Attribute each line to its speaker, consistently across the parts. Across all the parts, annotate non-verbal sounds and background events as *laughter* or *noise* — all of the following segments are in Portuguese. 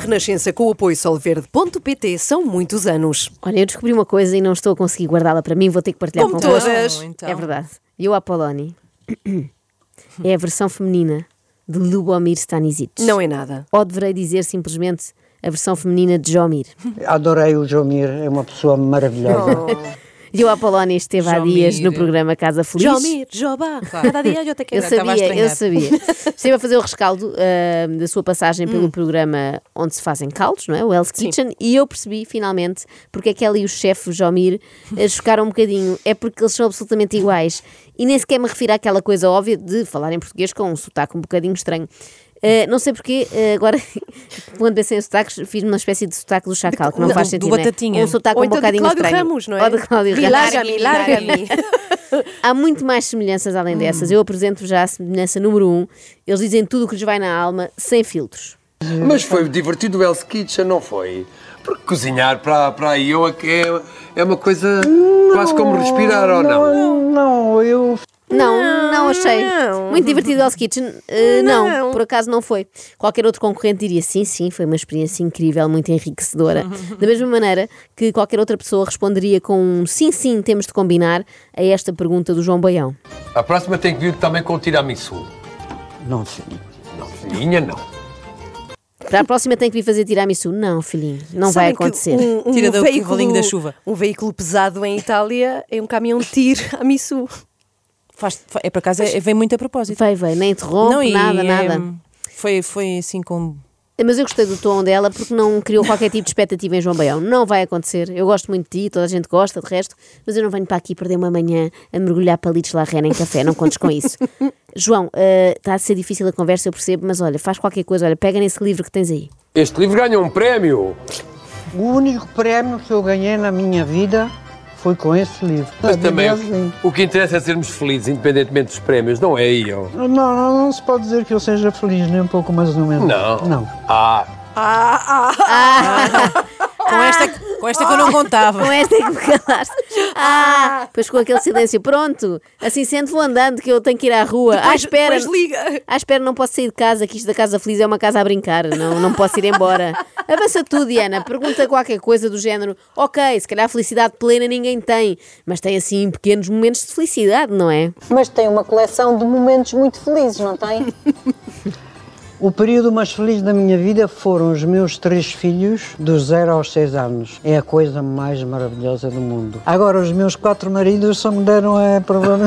Speaker 1: Renascença com o apoio solverde.pt são muitos anos.
Speaker 2: Olha, eu descobri uma coisa e não estou a conseguir guardá-la para mim, vou ter que partilhar
Speaker 1: Como
Speaker 2: com vocês.
Speaker 1: todas.
Speaker 2: É verdade. Eu Apoloni é a versão feminina de Lubomir Stanisic.
Speaker 1: Não é nada.
Speaker 2: Ou deverei dizer simplesmente a versão feminina de Jomir.
Speaker 3: Adorei o Jomir, é uma pessoa maravilhosa.
Speaker 2: E o Apolónio esteve há
Speaker 4: Jomir.
Speaker 2: dias no programa Casa Feliz.
Speaker 1: Jomir, Jobá, cada dia eu te
Speaker 2: Eu
Speaker 1: quero.
Speaker 4: estava a
Speaker 2: sabia, eu
Speaker 4: estranhar.
Speaker 2: sabia.
Speaker 1: *laughs*
Speaker 2: Esteve a fazer o rescaldo ah, da sua passagem
Speaker 1: Hum.
Speaker 2: pelo programa onde se fazem caldos, não é? O Hell's Kitchen. E eu percebi, finalmente, porque é que ela e o chefe, o Jomir, eh, chocaram um bocadinho. É porque eles são absolutamente iguais. E nem sequer me refiro àquela coisa óbvia de falar em português com um sotaque um bocadinho estranho. Ah, não sei porque, ah, agora, *laughs* quando pensei em sotaques, fiz uma espécie de sotaque do chacal, que não,
Speaker 4: Não,
Speaker 2: faz
Speaker 4: do
Speaker 2: sentido.
Speaker 1: né?
Speaker 2: não é?
Speaker 4: Batatinha.
Speaker 2: Um sotaque
Speaker 1: Ou
Speaker 2: um
Speaker 1: então de
Speaker 2: bocadinho
Speaker 1: Cláudio
Speaker 2: estranho.
Speaker 1: Ramos, não é?
Speaker 2: Ou de Cláudio Ramos.
Speaker 1: Larga-me, *laughs* larga-me.
Speaker 2: Há muito mais semelhanças além dessas. Eu apresento já a semelhança número um. Eles dizem tudo o que lhes vai na alma, sem filtros.
Speaker 5: Mas foi divertido o Hell's Kitchen, não foi? Porque cozinhar para, para a Iowa que é, é uma coisa quase como respirar, ou não?
Speaker 3: não, eu
Speaker 2: Não, não, achei. Muito divertido o Hell's Kitchen. Uh, não. por acaso não foi. Qualquer outro concorrente diria sim, sim, foi uma experiência incrível, muito *laughs* enriquecedora. Da mesma maneira que qualquer outra pessoa responderia com um sim, sim, temos de combinar a esta pergunta do João Baião.
Speaker 5: A próxima tem que vir também com o tiramisu.
Speaker 3: não sei.
Speaker 5: Não, filhinha, não.
Speaker 2: Para a próxima tem que vir fazer tiramisu. Não, filhinho, não vai
Speaker 1: Sabem que
Speaker 2: acontecer.
Speaker 1: Um, um
Speaker 4: Tira do- do
Speaker 1: veículo,
Speaker 4: bolinho da chuva.
Speaker 1: Um veículo pesado em Itália é um caminhão de tiro a Missu.
Speaker 4: Faz- fa- é por acaso, é- vem muito a propósito.
Speaker 2: Vai, vai, nem interrompe,
Speaker 4: e,
Speaker 2: nada,
Speaker 4: eh,
Speaker 2: nada.
Speaker 4: Foi, foi assim com.
Speaker 2: Mas eu gostei do tom dela porque não criou qualquer tipo de expectativa em João Baião. Não vai acontecer. Eu gosto muito de ti, toda a gente gosta, de resto, mas eu não venho para aqui perder uma manhã a mergulhar palitos lá rena em café. Não contes com isso. João, eh, está a ser difícil a conversa, eu percebo, mas olha, faz qualquer coisa, olha, pega nesse livro que tens aí.
Speaker 5: Este livro ganha um prémio.
Speaker 3: O único prémio que eu ganhei na minha vida foi com esse livro.
Speaker 5: Mas
Speaker 3: A Bíblia
Speaker 5: também
Speaker 3: é assim.
Speaker 5: o que interessa é sermos felizes, independentemente dos prémios, não é, Ion?
Speaker 3: Não, não, não se pode dizer que eu seja feliz nem um pouco mais no menos.
Speaker 5: Não.
Speaker 3: Não.
Speaker 5: Ah,
Speaker 4: Com
Speaker 2: Ah!
Speaker 4: esta, com esta que eu não
Speaker 2: *laughs*
Speaker 4: contava.
Speaker 2: Com esta é que me calaste. Ah, pois com aquele silêncio, pronto. Assim sendo vou andando que eu tenho que ir à rua. à espera.
Speaker 1: Depois liga.
Speaker 2: À espera, não posso sair de casa, que isto da Casa Feliz é uma casa a brincar, não, não posso ir embora. Avança tudo, Diana, pergunta qualquer coisa do género. Ok, se calhar felicidade plena ninguém tem, mas tem assim pequenos momentos de felicidade, não é?
Speaker 6: Mas tem uma coleção de momentos muito felizes, não tem?
Speaker 3: O período mais feliz da minha vida foram os meus três filhos, dos 0 aos 6 anos. É a coisa mais maravilhosa do mundo. Agora, os meus quatro maridos só me deram eh, a *laughs* problema.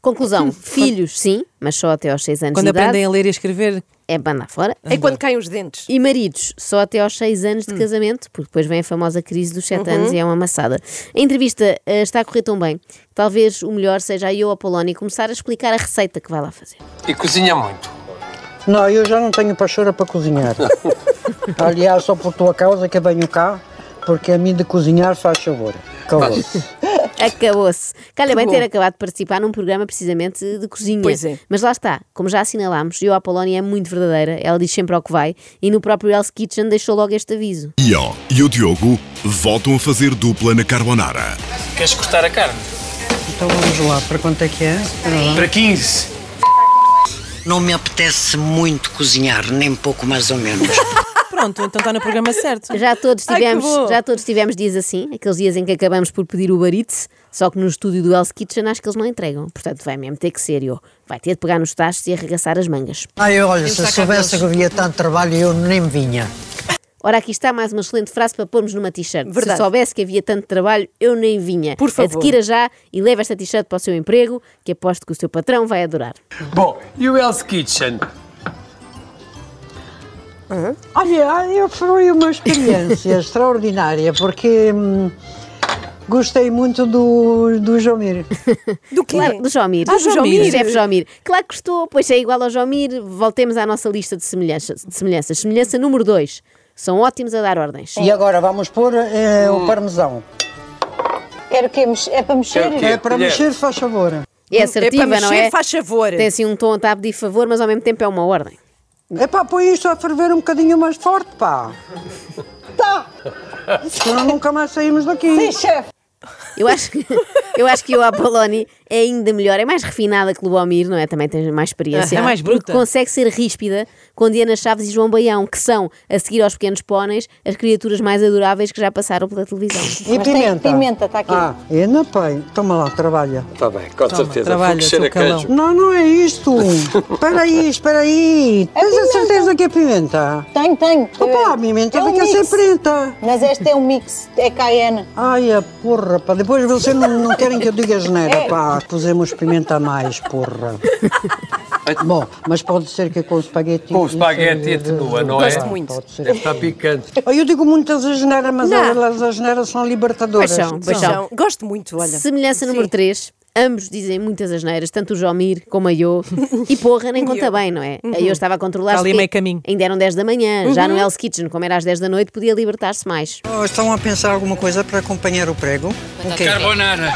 Speaker 2: Conclusão: filhos, sim, mas só até aos 6 anos
Speaker 4: Quando
Speaker 2: de idade.
Speaker 4: aprendem a ler e escrever,
Speaker 2: É banda fora.
Speaker 1: É quando caem os dentes.
Speaker 2: E maridos, só até aos 6 anos
Speaker 1: Hum.
Speaker 2: de casamento, porque depois vem a famosa crise dos 7
Speaker 1: Uhum.
Speaker 2: anos e é uma amassada. A entrevista eh, está a correr tão bem, que talvez o melhor seja a eu, a Polónia, começar a explicar a receita que vai lá fazer.
Speaker 5: e cozinha muito.
Speaker 3: Não, eu já não tenho pachorra para
Speaker 5: *laughs*
Speaker 3: cozinhar. Aliás, só por tua causa que eu venho cá, porque a mim de cozinhar faz favor. Calou-se.
Speaker 2: Acabou-se. Calha bem
Speaker 1: bom.
Speaker 2: ter acabado de participar num programa precisamente de cozinha.
Speaker 1: Pois é.
Speaker 2: Mas lá está, como já assinalámos, eu a Polónia é muito verdadeira, ela diz sempre ao que vai, e no próprio Hell's Kitchen deixou logo este aviso.
Speaker 7: Ion e o Diogo voltam a fazer dupla na carbonara.
Speaker 8: Queres cortar a carne?
Speaker 3: Então vamos lá, para quanto é que é?
Speaker 8: Para 15.
Speaker 9: Não me apetece muito cozinhar, nem pouco mais ou menos.
Speaker 4: pronto, então está no programa certo.
Speaker 2: Já
Speaker 1: *laughs*
Speaker 2: todos
Speaker 1: Ai, que
Speaker 2: tivemos,
Speaker 1: bom.
Speaker 2: já todos tivemos dias assim, aqueles dias em que acabamos por pedir o barite, só que no estúdio do Hell's Kitchen acho que eles não entregam. Portanto, vai mesmo ter que ser, eu. Vai ter de pegar nos tachos e arregaçar as mangas.
Speaker 3: Ai, olha, se Ah, eu soubesse que havia tanto trabalho, eu nem vinha.
Speaker 2: Ora, aqui está mais uma excelente frase para pormos numa t-shirt. Se
Speaker 1: Verdade.
Speaker 2: soubesse que havia tanto trabalho, eu nem vinha.
Speaker 1: Por favor.
Speaker 2: Adquira já e leva esta t-shirt para o seu emprego, que aposto que o seu patrão vai adorar.
Speaker 5: Bom, e o Hell's Kitchen?
Speaker 3: Olha, eu- foi uma *laughs* experiência extraordinária, porque hum, gostei muito do, do
Speaker 5: *laughs*
Speaker 3: Jomir.
Speaker 1: Do quê?
Speaker 4: É
Speaker 2: Claro, do Jomir.
Speaker 1: Ah, do Jomir.
Speaker 2: Do chefe Jomir. Claro que gostou, pois é igual ao Jomir. Voltemos à nossa lista de semelhanças. De semelhanças. Semelhança número 2. São ótimos a dar ordens.
Speaker 3: E agora vamos pôr eh,
Speaker 5: Hum.
Speaker 3: o parmesão.
Speaker 6: Era o quê? Mex- É para mexer?
Speaker 5: Quero que-
Speaker 3: É para
Speaker 5: colher.
Speaker 3: mexer, faz favor.
Speaker 2: É
Speaker 1: é
Speaker 2: assertiva,
Speaker 1: para mexer,
Speaker 2: não é?
Speaker 1: faz favor.
Speaker 2: Tem assim um tom a tab de favor, mas ao mesmo tempo é uma ordem.
Speaker 3: É pá, põe isto a ferver um bocadinho mais forte, pá. Tá! Senão nunca mais saímos daqui.
Speaker 6: Sim, chefe.
Speaker 2: Eu acho que, *laughs* eu acho que o Apoloni é ainda melhor, é mais refinada que Lubomir, não é? Também tem mais experiência.
Speaker 4: É mais
Speaker 2: Porque
Speaker 4: bruta.
Speaker 2: consegue ser ríspida com Diana Chaves e João Baião, que são, a seguir aos pequenos póneis, as criaturas mais adoráveis que já passaram pela televisão.
Speaker 3: E
Speaker 6: Mas tem
Speaker 3: pimenta?
Speaker 6: pimenta, tá aqui.
Speaker 3: Ah, eu não tenho. Toma lá, trabalha.
Speaker 5: Está Tá bem, com certeza.
Speaker 4: trabalha,
Speaker 5: Fogo cheira a
Speaker 4: teu calão.
Speaker 5: queijo.
Speaker 3: Não, não é isto. Espera aí, espera aí. Tens a
Speaker 6: pimenta.
Speaker 3: certeza que é pimenta?
Speaker 6: Tenho, tenho.
Speaker 3: Desculpa lá, a pimenta
Speaker 6: É um
Speaker 3: fica
Speaker 6: mix.
Speaker 3: sem preta.
Speaker 6: Mas este é um mix, é caiena.
Speaker 3: Ai, a porra, pá. Depois vocês não, não querem que eu diga geneira, pá. Pusemos pimenta a mais, porra. Bom, mas pode ser que com o espaguete...
Speaker 5: É. Com o espaguete atenua, não é?
Speaker 4: Gosto muito.
Speaker 3: Pode ser.
Speaker 5: Deve estar picante.
Speaker 3: Oh, Eu digo muitas asneiras, mas
Speaker 1: Não.
Speaker 3: elas as asneiras são libertadoras.
Speaker 2: Pois são, pois
Speaker 4: Então,
Speaker 2: são.
Speaker 1: Gosto muito, olha.
Speaker 2: Semelhança número 3. Ambos dizem muitas asneiras, tanto o Jomir como
Speaker 1: *laughs*
Speaker 2: a Iô. E porra, nem conta bem, não é?
Speaker 1: Uhum.
Speaker 2: A Iô estava a controlar
Speaker 4: Está ali meio caminho.
Speaker 2: Ainda eram 10 da manhã, já no Hell's Kitchen, como era às 10 da noite, podia libertar-se mais.
Speaker 3: Oh, estão a pensar alguma coisa para acompanhar o prego? O quê?
Speaker 8: Carbonara.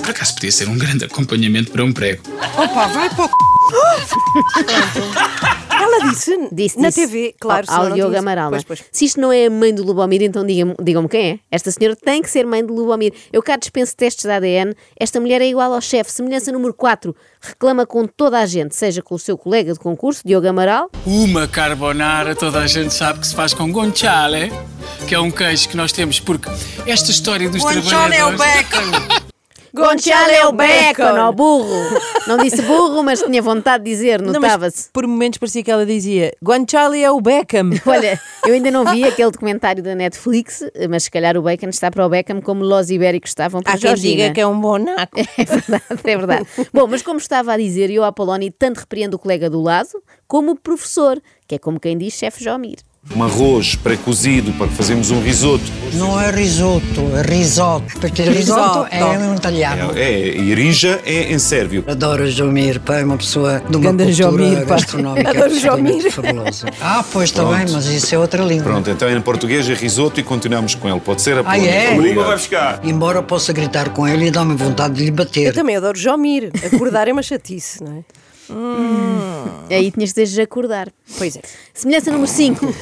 Speaker 8: Por acaso podia ser um grande acompanhamento para um prego.
Speaker 3: Opa, vai para o c...
Speaker 1: Ela disse,
Speaker 2: Disse,
Speaker 1: na
Speaker 2: disse,
Speaker 1: TV, claro.
Speaker 2: Ao,
Speaker 1: senão
Speaker 2: ao
Speaker 1: não
Speaker 2: Diogo
Speaker 1: tinha-
Speaker 2: Amaral. não é?
Speaker 1: Pois, pois.
Speaker 2: Se isto não é a mãe do Lubomir, então digam-me digam quem é. Esta senhora tem que ser mãe do Lubomir. Eu cá dispenso testes de ADN. Esta mulher é igual ao chefe. Semelhança número 4. Reclama com toda a gente, seja com o seu colega de concurso, Diogo Amaral,
Speaker 8: Uma carbonara, toda a gente sabe que se faz com guanciale, que é um queijo que nós temos, porque é esta história dos
Speaker 9: Guanciale é o
Speaker 8: trabalhadores...
Speaker 9: bacon.
Speaker 2: Gonçalo é o bacon, ó burro. Não disse burro, mas tinha vontade de dizer,
Speaker 4: Não, mas *laughs*
Speaker 2: notava-se.
Speaker 4: por momentos parecia que ela dizia Guanciale é
Speaker 2: *laughs*
Speaker 4: o Beckham.
Speaker 2: Olha, eu ainda não vi aquele documentário da Netflix, mas se calhar o bacon está para o Beckham como los ibéricos estavam para
Speaker 4: Há
Speaker 2: a
Speaker 4: quem
Speaker 2: Georgina.
Speaker 4: diga que é um bonaco.
Speaker 2: *laughs* É verdade, é verdade. Bom, mas como estava a dizer, eu, Apolónio, tanto repreendo o colega do lado como o professor, que é como quem diz chefe Jomir.
Speaker 10: Um arroz pré-cozido para fazermos um risoto.
Speaker 3: Não é risoto, é risoto. Porque risoto, é um italiano.
Speaker 10: É, é irija é em sérvio.
Speaker 9: Adoro o Jomir, pá, é uma pessoa de uma
Speaker 4: Ganda
Speaker 9: cultura
Speaker 4: Jomir, pá.
Speaker 9: gastronómica
Speaker 1: Adoro o
Speaker 9: absolutamente
Speaker 1: Jomir.
Speaker 9: fabulosa. Ah, pois está bem, mas isso é outra língua.
Speaker 10: Pronto, então em português é risoto e continuamos com ele. Pode ser a
Speaker 9: Ah, é?
Speaker 10: Obrigado. buscar.
Speaker 9: Embora eu possa gritar com ele e dá-me vontade de lhe bater.
Speaker 1: Eu também adoro Jomir. Acordar é uma chatice, não é?
Speaker 2: Aí tinhas de desacordar.
Speaker 1: Pois é.
Speaker 2: Semelhança número
Speaker 4: *laughs*
Speaker 2: 5.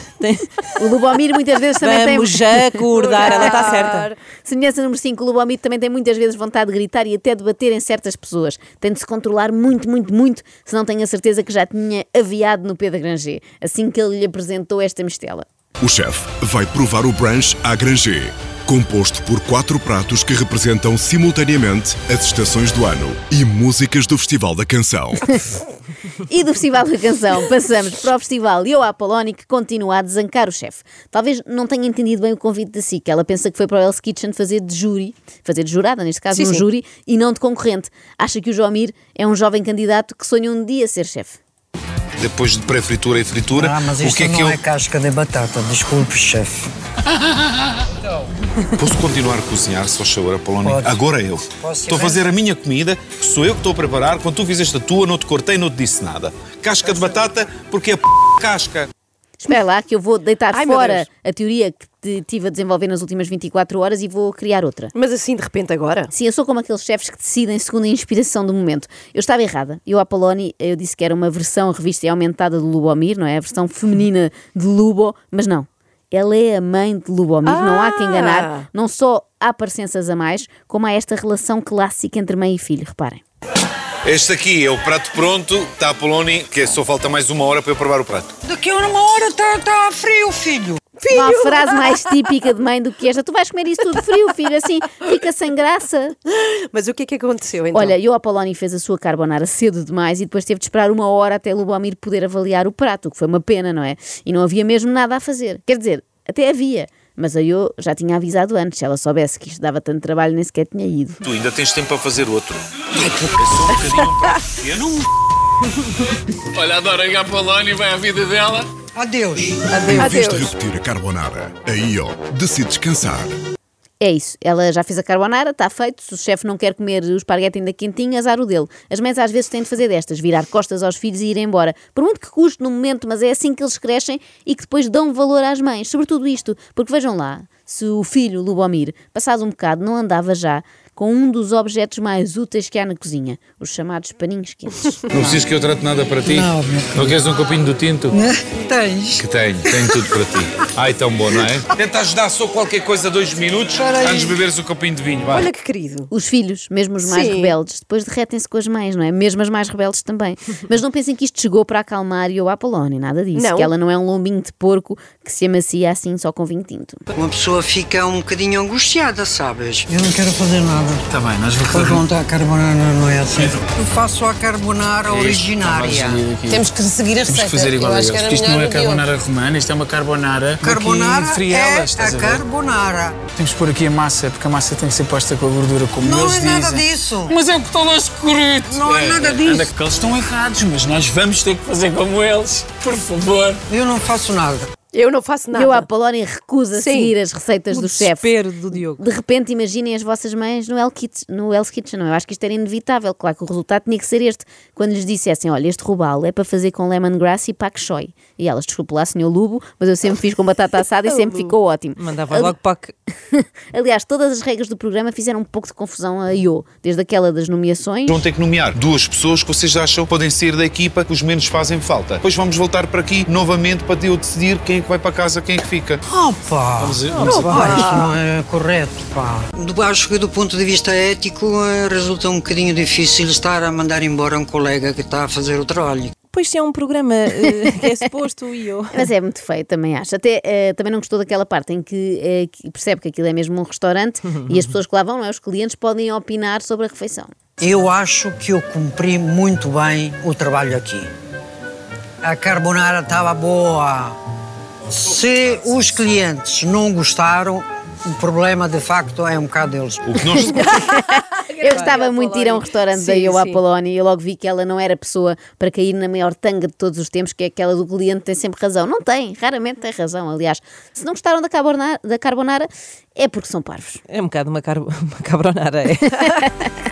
Speaker 2: O Lubomir muitas vezes também tem. *laughs*
Speaker 4: Vamos já acordar, ela está certa.
Speaker 2: Semelhança número 5, o Lubomir também tem muitas vezes vontade de gritar e até de bater em certas pessoas. Tem de se controlar muito, muito, muito, se não tenho a certeza que já tinha aviado no Pedro Granger, assim que ele lhe apresentou esta mistela.
Speaker 7: O chefe vai provar o brunch à Granger, composto por quatro pratos que representam simultaneamente as estações do ano e músicas do Festival da Canção.
Speaker 2: E do Festival da Canção passamos para o Festival Eu à Polónia que continua a desancar o chefe. Talvez não tenha entendido bem o convite da SIC. Ela pensa que foi para o Hell's Kitchen fazer de júri, fazer de jurada, neste caso,
Speaker 4: Sim,
Speaker 2: um
Speaker 4: sim.
Speaker 2: júri, e não de concorrente. Acha que o Jomir é um jovem candidato que sonha um dia ser chefe.
Speaker 10: Depois de pré-fritura e fritura,
Speaker 9: Ah, mas
Speaker 10: o
Speaker 9: isto
Speaker 10: que é
Speaker 9: não
Speaker 10: que eu.
Speaker 9: é casca de batata, desculpe, chefe.
Speaker 10: Posso continuar a cozinhar, se faz favor, Apolónio?
Speaker 9: Pode.
Speaker 10: Agora é eu.
Speaker 9: Posso,
Speaker 10: estou a
Speaker 9: sim.
Speaker 10: fazer a minha comida, que sou eu que estou a preparar. Quando tu fizeste a tua, não te cortei, não te disse nada. Casca de batata, porque é p... casca.
Speaker 2: Espera lá que eu vou deitar
Speaker 1: Ai, meu
Speaker 2: fora
Speaker 1: Deus.
Speaker 2: a teoria que te tive a desenvolver nas últimas 24 horas e vou criar outra.
Speaker 1: Mas assim, de repente, agora?
Speaker 2: Sim, eu sou como aqueles chefes que decidem segundo a inspiração do momento. Eu estava errada. Eu, a Poloni, eu disse que era uma versão revista e aumentada do Lubomir, não é? A versão feminina de Lubo, mas não. Ela é a mãe de Lubomir, não há que
Speaker 1: Ah!
Speaker 2: enganar. Não só há parecenças a mais, como há esta relação clássica entre mãe e filho, reparem.
Speaker 10: Este aqui é o prato pronto, está a Poloni, que é só falta mais uma hora para eu provar o prato.
Speaker 9: Daqui a uma hora está tá frio, filho.
Speaker 2: Não há frase mais típica de mãe do que esta. Tu vais comer isso tudo frio, filho, assim fica sem graça.
Speaker 1: Mas o que é que aconteceu então?
Speaker 2: Olha, eu a Polónia fez a sua carbonara cedo demais e depois teve de esperar uma hora até Lubomir poder avaliar o prato, o que foi uma pena, não é? E não havia mesmo nada a fazer. Quer dizer, até havia. Mas a eu já tinha avisado antes, se ela soubesse que isto dava tanto trabalho, nem sequer tinha ido.
Speaker 10: Tu ainda tens tempo para fazer outro. É só um bocadinho um prato pequeno.
Speaker 8: Olha, adora a Polónia, vai à vida dela.
Speaker 9: *laughs* Adeus.
Speaker 7: Em vez de
Speaker 1: Adeus.
Speaker 7: repetir a carbonara, a IO decide descansar.
Speaker 2: É isso, ela já fez a carbonara, está feito. Se o chefe não quer comer o esparguete ainda quentinho, azar o dele. As mães às vezes têm de fazer destas, virar costas aos filhos e ir embora. Por muito que custe no momento, mas é assim que eles crescem e que depois dão valor às mães. Sobretudo isto, porque vejam lá, se o filho, Lubomir, passado um bocado, não andava já, com um dos objetos mais úteis que há na cozinha, os chamados paninhos quentes.
Speaker 10: Não precisas que eu trate nada para ti?
Speaker 2: Não,
Speaker 10: meu Não queres um copinho do tinto?
Speaker 8: Né?
Speaker 3: Tens.
Speaker 10: Que tenho, tenho tudo para ti. Ai, tão bom, não é? Tenta ajudar só qualquer coisa dois minutos antes de beberes um copinho de vinho, vai.
Speaker 2: querido. Os filhos, mesmo os mais
Speaker 10: Sim.
Speaker 2: rebeldes, depois derretem-se com as mães, não é? Mesmo as mais rebeldes
Speaker 1: *laughs*
Speaker 2: também. Mas não pensem que isto chegou para acalmar Io à Polónia, nada disso.
Speaker 9: Não.
Speaker 2: Que ela não é um lombinho de porco que se amacia assim só com vinho tinto.
Speaker 9: Uma pessoa fica um bocadinho angustiada, sabes?
Speaker 3: Eu não quero fazer nada.
Speaker 8: Tá
Speaker 10: Está bem, nós
Speaker 8: um-
Speaker 3: Pois vão estar a carbonara, não é assim?
Speaker 9: Eu faço a carbonara
Speaker 3: É isto,
Speaker 8: tá,
Speaker 9: originária.
Speaker 3: não vais sair daqui. Temos
Speaker 9: que seguir a
Speaker 8: Temos que fazer igual a eles, porque isto não é carbonara romana, isto é uma carbonara aqui
Speaker 9: Carbonara
Speaker 8: de frielas,
Speaker 9: é
Speaker 8: estás
Speaker 9: a
Speaker 8: a ver?
Speaker 9: carbonara.
Speaker 8: Temos que pôr aqui a massa, porque a massa tem que ser posta com a gordura, como
Speaker 9: Não
Speaker 8: eles
Speaker 9: é
Speaker 8: dizem.
Speaker 9: nada disso.
Speaker 8: Mas é o que está lá escrito.
Speaker 9: Não é, nada disso.
Speaker 8: Anda, que eles estão errados, mas nós vamos ter que fazer como eles, por favor.
Speaker 9: Eu não faço nada.
Speaker 1: Eu não faço nada.
Speaker 2: Eu à Polónia recusa
Speaker 1: Sim.
Speaker 2: seguir as receitas
Speaker 1: O
Speaker 2: do chefe.
Speaker 1: desespero
Speaker 2: do Diogo. De repente, imaginem as vossas mães no Hell's Kitchen. No Hell's Kitchen, não. é? Eu acho que isto era inevitável. Claro que o resultado tinha que ser este. Quando lhes dissessem, olha, este robalo é para fazer com lemongrass e pak choi. E elas, desculpe lá, senhor Lubo, mas eu sempre fiz com batata assada e
Speaker 1: *laughs*
Speaker 2: sempre ficou ótimo.
Speaker 4: Mandava logo para que.
Speaker 2: *laughs* Aliás, todas as regras do programa fizeram um pouco de confusão a Io. Desde aquela das nomeações...
Speaker 10: Vão ter que nomear duas pessoas que vocês acham que podem sair da equipa que os menos fazem falta. Depois vamos voltar para aqui novamente para eu decidir quem é que vai para casa, quem é que fica.
Speaker 9: Opa!
Speaker 10: Vamos,
Speaker 9: Não, pá, isto não
Speaker 3: é correto, pá.
Speaker 9: Do- Acho que do ponto de vista ético eh, resulta um bocadinho difícil estar a mandar embora um colega que está a fazer o trabalho.
Speaker 2: Pois se é um programa que é suposto e eu. Mas é muito feio, também acho. Até eh, também não gostou daquela parte em que, eh, que percebe que aquilo é mesmo um restaurante
Speaker 3: *laughs*
Speaker 2: e as pessoas que lá vão, não é? os clientes, podem opinar sobre a refeição.
Speaker 3: Eu acho que eu cumpri muito bem o trabalho aqui. A carbonara estava boa. Se os clientes não gostaram, o problema de facto é um bocado deles. O
Speaker 10: que nós
Speaker 2: Eu gostava muito de ir a um restaurante da
Speaker 3: Sim,
Speaker 2: Eu à
Speaker 3: sim.
Speaker 2: Polónia e eu logo vi que ela não era a pessoa para cair na maior tanga de todos os tempos, que é aquela do cliente tem sempre razão. Não tem, raramente tem razão, aliás. Se não gostaram da carbonara, da carbonara é porque são parvos.
Speaker 4: É um bocado uma, car... uma cabronara. É.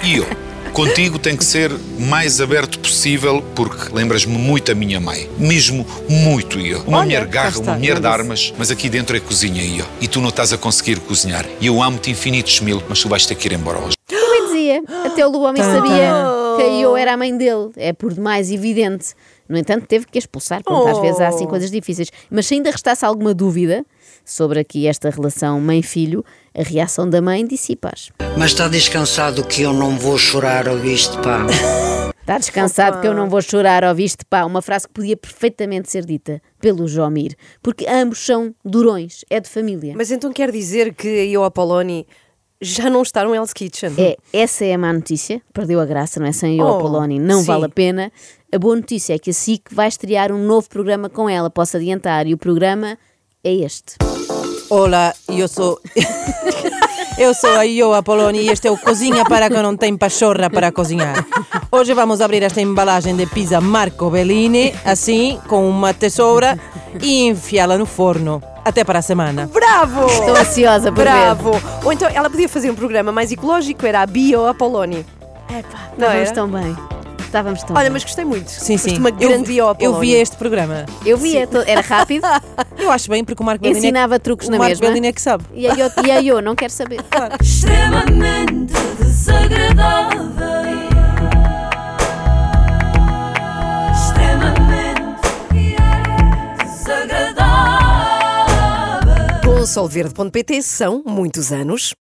Speaker 10: E eu, contigo tem que ser mais aberto possível, porque lembras-me muito a minha mãe. Mesmo muito eu. Uma
Speaker 11: Olha,
Speaker 10: mulher
Speaker 11: cá
Speaker 10: garra,
Speaker 11: está,
Speaker 10: uma mulher
Speaker 11: não
Speaker 10: de
Speaker 11: disse.
Speaker 10: armas, mas aqui dentro é cozinha eu. E tu não estás a conseguir cozinhar. E eu amo-te infinitos mil, mas tu vais ter que ir embora hoje.
Speaker 2: Também dizia, até o Lubomir sabia que a Io era a mãe dele, é por demais evidente. No entanto, teve que a expulsar, porque às
Speaker 1: Oh.
Speaker 2: vezes há assim coisas difíceis. Mas se ainda restasse alguma dúvida sobre aqui esta relação mãe-filho, a reação da mãe dissipas.
Speaker 9: Mas está descansado que eu não vou chorar, ouviste, pá?
Speaker 2: Está Tá descansado que eu não vou chorar, ouviste pá, uma frase que podia perfeitamente ser dita pelo Jomir, porque ambos são durões, é de família.
Speaker 1: Mas então quer dizer que a Io Apoloni já não está no Hell's Kitchen?
Speaker 2: É, essa é a má notícia. Perdeu a graça, não é? Sem eu,
Speaker 1: Oh,
Speaker 2: Apoloni, não
Speaker 1: sim.
Speaker 2: vale a pena. A boa notícia é que a SIC vai estrear um novo programa com ela. Posso adiantar? E o programa é este.
Speaker 4: Olá, eu sou. Eu sou a Io Apoloni e este é o Cozinha para que não tem pachorra para cozinhar. Hoje vamos abrir esta embalagem de pizza Marco Bellini, assim, com uma tesoura e enfiá-la no forno. Até para a semana.
Speaker 1: Bravo!
Speaker 4: Estou ansiosa por
Speaker 1: Bravo! Ou então ela podia fazer um programa mais ecológico, era a Bio Apoloni.
Speaker 2: Epá,
Speaker 1: Não
Speaker 2: estávamos
Speaker 1: era?
Speaker 2: tão bem. Estávamos tão
Speaker 1: Olha,
Speaker 2: bem.
Speaker 1: mas gostei muito.
Speaker 4: Sim, sim.
Speaker 1: Foste uma grande Bio
Speaker 4: eu, eu
Speaker 1: Apoloni.
Speaker 4: vi este programa.
Speaker 2: Eu vi, é to-
Speaker 1: *laughs*
Speaker 2: era rápido.
Speaker 4: Eu acho bem, porque o Marco Bellini. é que-
Speaker 2: Ensinava truques
Speaker 4: o
Speaker 2: na
Speaker 4: Marco
Speaker 2: mesma.
Speaker 4: Bellini é que sabe.
Speaker 2: E a eu, e a eu não quero saber.
Speaker 12: extremamente desagradável. Extremamente desagradável.
Speaker 1: Com solverde.pt são muitos anos.